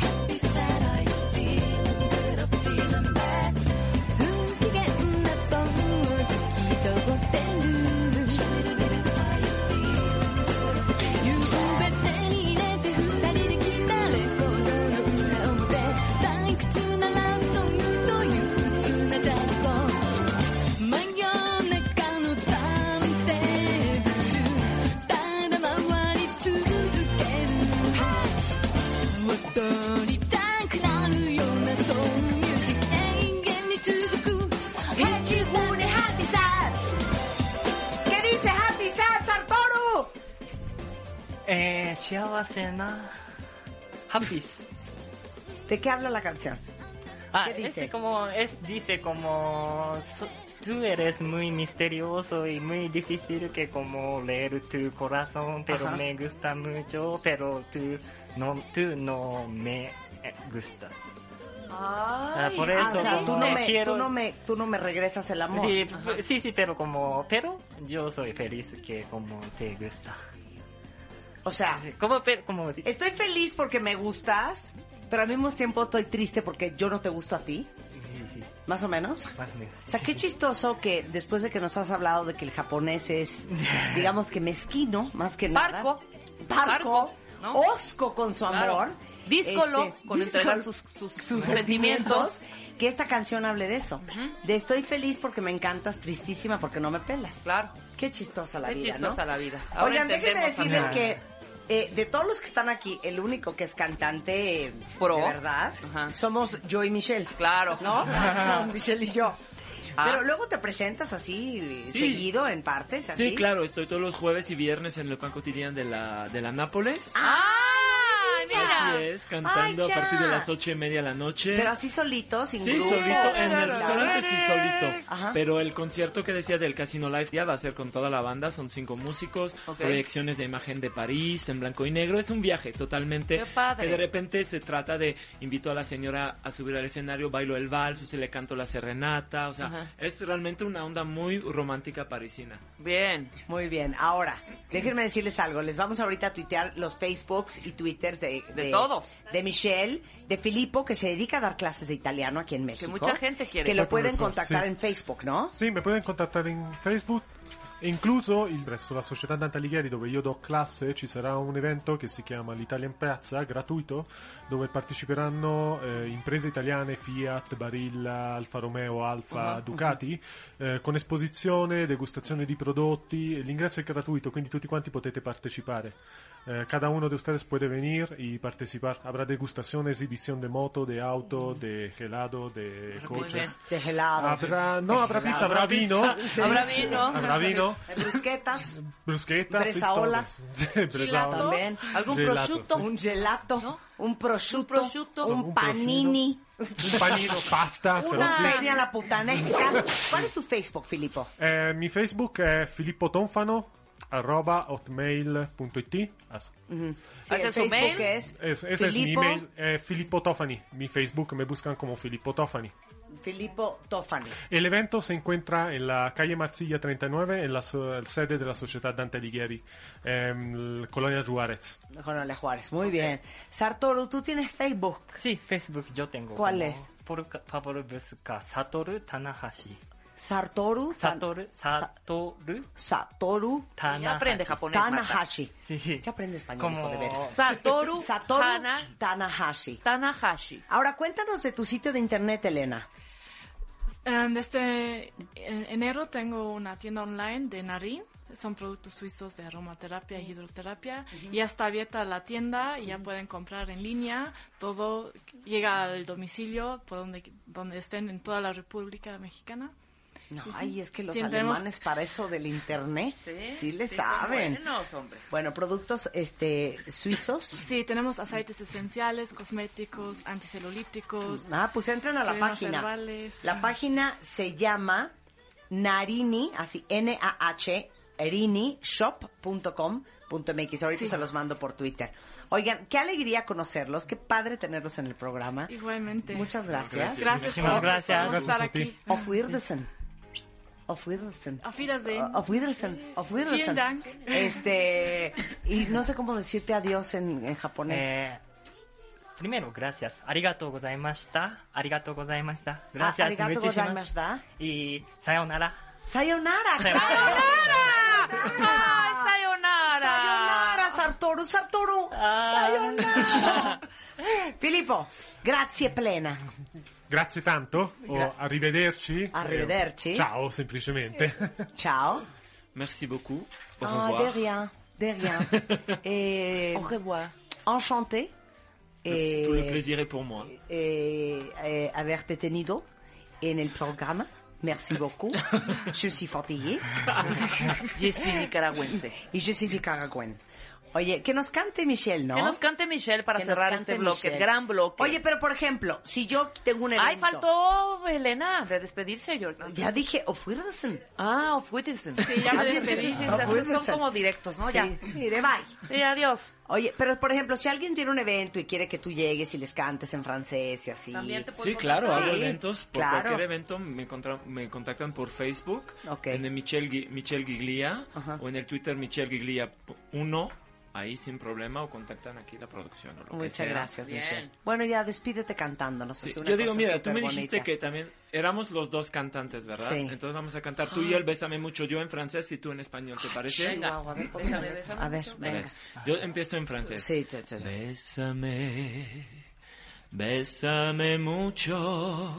S9: Happy sad are you feeling good or feeling bad あ
S6: えー、幸せな、ハッピーっす。
S2: ¿De qué habla la canción?
S6: Ah,
S2: ¿Qué dice?
S6: este como es dice como so- tú eres muy misterioso y muy difícil que como leer tu corazón, pero
S2: Ajá.
S6: me gusta mucho, pero tú no tú no me eh, gustas. Ah, por eso
S2: Ah, o sea, tú
S6: como
S2: no, me,
S6: quiero
S2: tú, no me, tú no me Pues regresas el amor.
S6: sí, p- sí, sí, pero como pero yo soy feliz que como te gusta.
S2: O sea,
S6: Como pero como
S2: estoy feliz porque me gustas, pero al mismo tiempo estoy triste porque yo no te gusto a ti.
S6: sí, sí,
S2: Más o menos.
S6: más o menos.
S2: O sea, qué chistoso que después de que nos has hablado de que el japonés es, digamos que mezquino, más que nada.
S3: Parco.
S2: Parco.
S3: Parco, ¿no?
S2: Osco con su amor. este,
S3: Claro. Díscolo con entregar
S2: díscolo-
S3: sus- sus sentimientos.
S2: Que esta canción hable de eso. De estoy feliz porque me encantas, tristísima porque no me pelas.
S3: Claro.
S2: Qué chistosa la
S3: Qué
S2: vida,
S3: chistosa
S2: ¿no?
S3: la vida. Ahora
S2: Oigan, déjenme
S3: entendemos
S2: decirles
S3: también.
S2: que eh, de todos los que están aquí, el único que es cantante eh,
S3: Pro.
S2: de verdad
S3: Ajá.
S2: somos yo y Michelle.
S3: Claro.
S2: ¿No? Somos Michelle y yo.
S3: Ah.
S2: Pero luego te presentas así,
S4: Sí.
S2: seguido, en partes, así.
S4: Sí, claro, estoy todos los jueves y viernes en el pan cotidiano de la, de la Nápoles.
S3: ¡Ay, mira!
S4: Así es, cantando
S2: Ah, Ay,
S4: a
S2: ya.
S4: partir de las ocho y media de la noche.
S2: Pero así solito, sin
S4: Sí,
S2: grupo.
S4: solito, en el
S2: Claro.
S4: restaurante sí solito.
S2: Ajá.
S4: Pero el concierto que decía del Casino Live ya va a ser con toda la banda, son cinco músicos,
S3: Ok.
S4: proyecciones de imagen de París en blanco y negro, es un viaje totalmente.
S3: Qué padre.
S4: Que de repente se trata de invito a la señora a subir al escenario, bailo el vals, o se le canto la serenata, o sea,
S3: Ajá.
S4: es realmente una onda muy romántica parisina.
S3: Bien.
S2: Muy bien, ahora, déjenme decirles algo. Les vamos ahorita a tuitear los Facebooks y Twitters de,
S3: De todos.
S2: De Michelle, de Filippo, que se dedica a dar clases de italiano aquí en México.
S3: mucha gente quiere.
S2: Que lo
S5: Soy
S2: pueden
S5: profesor,
S2: contactar
S5: sí.
S2: en Facebook, ¿no?
S5: Sì, mi puoi contattare in Facebook. Incluso il- presso la società Dante Alighieri dove io do classe ci sarà un evento che si chiama l'Italia in Piazza, gratuito, dove parteciperanno eh, imprese italiane Fiat, Barilla, Alfa Romeo, Alfa, Ducati, eh, con esposizione, degustazione di prodotti, e l'ingresso è gratuito, quindi tutti quanti potete partecipare. Eh, cada uno de ustedes puede venir y participar. Habrá degustación, exhibición de moto, de auto, de gelado, de
S3: Mm. Muy bien.
S5: coches.
S2: De gelado.
S5: Habrá, no, habrá pizza, habrá vino.
S3: Habrá vino.
S5: Habrá vino,
S2: de brusquetas,
S5: brusquetas. y
S2: Bresaola.
S5: todo. Sí, bresaola.
S3: Gelato.
S2: También.
S3: Algún
S5: Gelato,
S3: prosciutto.
S2: un gelato,
S3: ¿No?
S2: un prosciutto, un,
S3: Un prosciutto.
S5: Un
S2: panini,
S5: Un panino, pasta. però
S3: Una-
S5: sì.
S2: media la puttanesca. ¿Cuál es tu Facebook, Filippo?
S5: Eh, mi Facebook è Filippo Tonfano, arroba hotmail.it. As-
S4: Ah,
S2: Sí,
S3: ¿Ese
S2: el
S3: es tu
S2: Mhm. Facebook
S3: mail?
S2: es,
S5: Ah, Es, ese es mi
S2: Filippo,
S5: mail, eh, Filippo Tofani. Mi Facebook me buscan como Filippo Tofani.
S2: Filippo Tofani.
S5: El evento se encuentra en la calle Marsilla 39, en la so- sede de la Sociedad Dante Alighieri, em, Colonia Juárez.
S2: Mejor no le Juárez. Muy bien. Sartoru, tú tienes Facebook.
S6: Sí, Facebook yo tengo.
S2: ¿Cuál
S6: como
S2: es?
S6: Por, Pablo Busca, Satoru Tanahashi.
S2: Sartoru. Tan-
S6: Satoru, Satoru
S2: Satoru
S6: Tanahashi.
S3: Y aprende japonés. Marta.
S2: Tanahashi.
S6: Sí, sí.
S2: Ya aprende español,
S6: Como-
S2: hijo de veras.
S3: Satoru,
S2: Satoru
S3: Hana-
S2: Tanahashi.
S3: Tanahashi.
S2: Ahora, cuéntanos de tu sitio de internet, Elena.
S7: Ähm, desde en- enero tengo una tienda online de Narin. Son productos suizos de aromaterapia y hidroterapia. Ya está abierta la tienda, ya pueden comprar en línea. Todo llega al domicilio, por donde, donde estén en toda la República Mexicana.
S2: No, ay, es que los
S7: Tendremos-
S2: alemanes para eso del internet sí, le
S3: sí, son
S2: saben.
S3: buenos, hombre.
S2: Bueno, productos este suizos.
S7: Sí, tenemos aceites esenciales, cosméticos, anticelulíticos.
S2: Ah, pues entren a la
S7: Cremas
S2: página.
S7: herbales.
S2: La página se llama Narini, así N A H Rini shop.com.mx. Ahorita
S7: Sí.
S2: se los mando por Twitter. Oigan, qué alegría conocerlos, qué padre tenerlos en el programa.
S7: Igualmente.
S2: Muchas gracias.
S7: Gracias,
S6: Muchísimas
S7: por
S6: gracias.
S7: por estar
S5: Gracias a ti.
S7: aquí.
S2: Auf Wiedersehen. Auf Wiedersehen.
S7: Auf Wiedersehen.
S2: Auf Wiedersehen. Auf Wiedersehen.
S7: Vielen Dank.
S2: Este, y no sé cómo decirte adiós en, en japonés.
S6: Eh, primero, gracias. Arigato gozaimashita. Arigato gozaimashita. Gracias,
S2: Ah, arigato
S6: muchísimas.
S2: gozaimashita.
S6: Y sayonara.
S2: Sayonara.
S6: Sayonara.
S3: ¡Ay, sayonara!
S2: Sayonara, Sartoru, Sartoru. Sayonara. Filippo, grazie plena.
S5: Grazie tanto, o
S2: Gra-
S5: arrivederci.
S2: Arrivederci. Eh,
S5: Eh, ciao, semplicemente.
S2: Ciao.
S4: Merci beaucoup. Au
S2: Ah,
S4: revoir.
S2: de rien, de rien. Eh,
S3: Au revoir.
S2: enchanté. Eh,
S4: Tout le plaisir est pour moi.
S2: eh, eh, haberte tenido en el programa. Merci beaucoup. Je suis fatiguée
S3: Yo soy nicaragüense.
S2: y je suis nicaragüen. Oye, que nos cante Michelle, ¿no?
S3: Que nos cante Michelle para
S2: Que nos
S3: cerrar
S2: cante
S3: este bloque,
S2: Michelle.
S3: gran bloque.
S2: Oye, pero por ejemplo, si yo tengo un evento...
S3: Ay, faltó Elena de despedirse, Jordan.
S2: Ya dije, o fuérdasen.
S3: Ah, of Whittinson. Sí,
S2: ya
S3: ya
S2: me
S3: me
S2: despedí.
S3: despedí.
S2: Of
S3: son
S2: Whittinson.
S3: como directos, ¿no?
S2: Sí,
S3: Ya.
S2: sí, de bye.
S3: Sí, adiós.
S2: Oye, pero por ejemplo, si alguien tiene un evento y quiere que tú llegues y les cantes en francés y así.
S3: También te puedo
S4: Sí, claro, hago
S2: Sí,
S4: eventos. Por
S2: claro.
S4: cualquier evento me, contra- me contactan por Facebook,
S2: Ok.
S4: en el Michelle, Gui- Michelle Giglia,
S2: Ajá.
S4: o en el Twitter Michelle Giglia 1, ahí sin problema, o contactan aquí la producción o lo que
S2: Muchas
S4: sea.
S2: gracias,
S3: Bien.
S2: Michelle. Bueno, ya despídete cantándonos.
S4: Sí,
S2: es una
S4: Yo digo,
S2: cosa
S4: mira, tú me
S2: superbonita.
S4: dijiste que también éramos los dos cantantes, ¿verdad?
S2: Sí.
S4: Entonces vamos a cantar tú y él, Bésame Mucho, yo en francés y tú en español, ¿te parece?
S3: Venga,
S2: Chihuahua, a ver,
S3: bésame, bésame.
S2: A ver,
S3: mucho.
S4: A ver,
S2: venga.
S4: Yo empiezo en francés.
S2: Sí, te- te- te-
S4: Bésame, bésame mucho.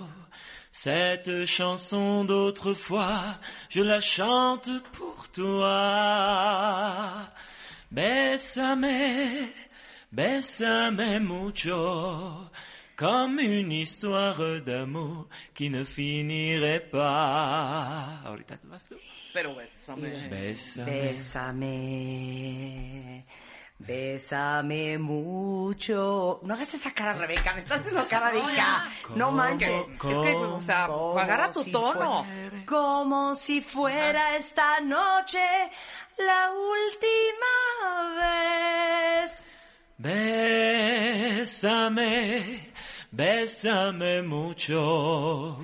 S4: Cette chanson d'autrefois, je la chante pour toi. Bésame, bésame mucho. Comme une histoire d'amour qui ne finirait pas. Ahorita te vas tú.
S3: Pero pues, eh, bésame.
S4: Bésame.
S2: Bésame. Bésame mucho. No hagas esa cara, Rebeca. Me estás haciendo cara de hija. No manches.
S3: Es que, o sea,
S2: Como
S3: agarra tu
S2: si
S3: tono.
S2: fuera- como si fuera esta noche la última vez.
S4: Bésame, bésame mucho.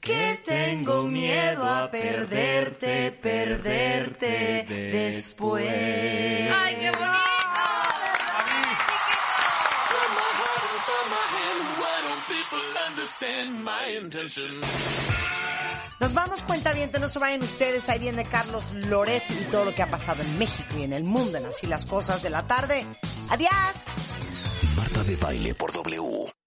S4: Que tengo miedo a perderte, perderte después.
S3: ¡Ay, qué bonito!
S2: Nos vamos cuenta bien, no se vayan ustedes. Ahí viene Carlos Loret y todo lo que ha pasado en México y en el mundo en así las cosas de la tarde. Adiós.
S1: Marta de Baile por W.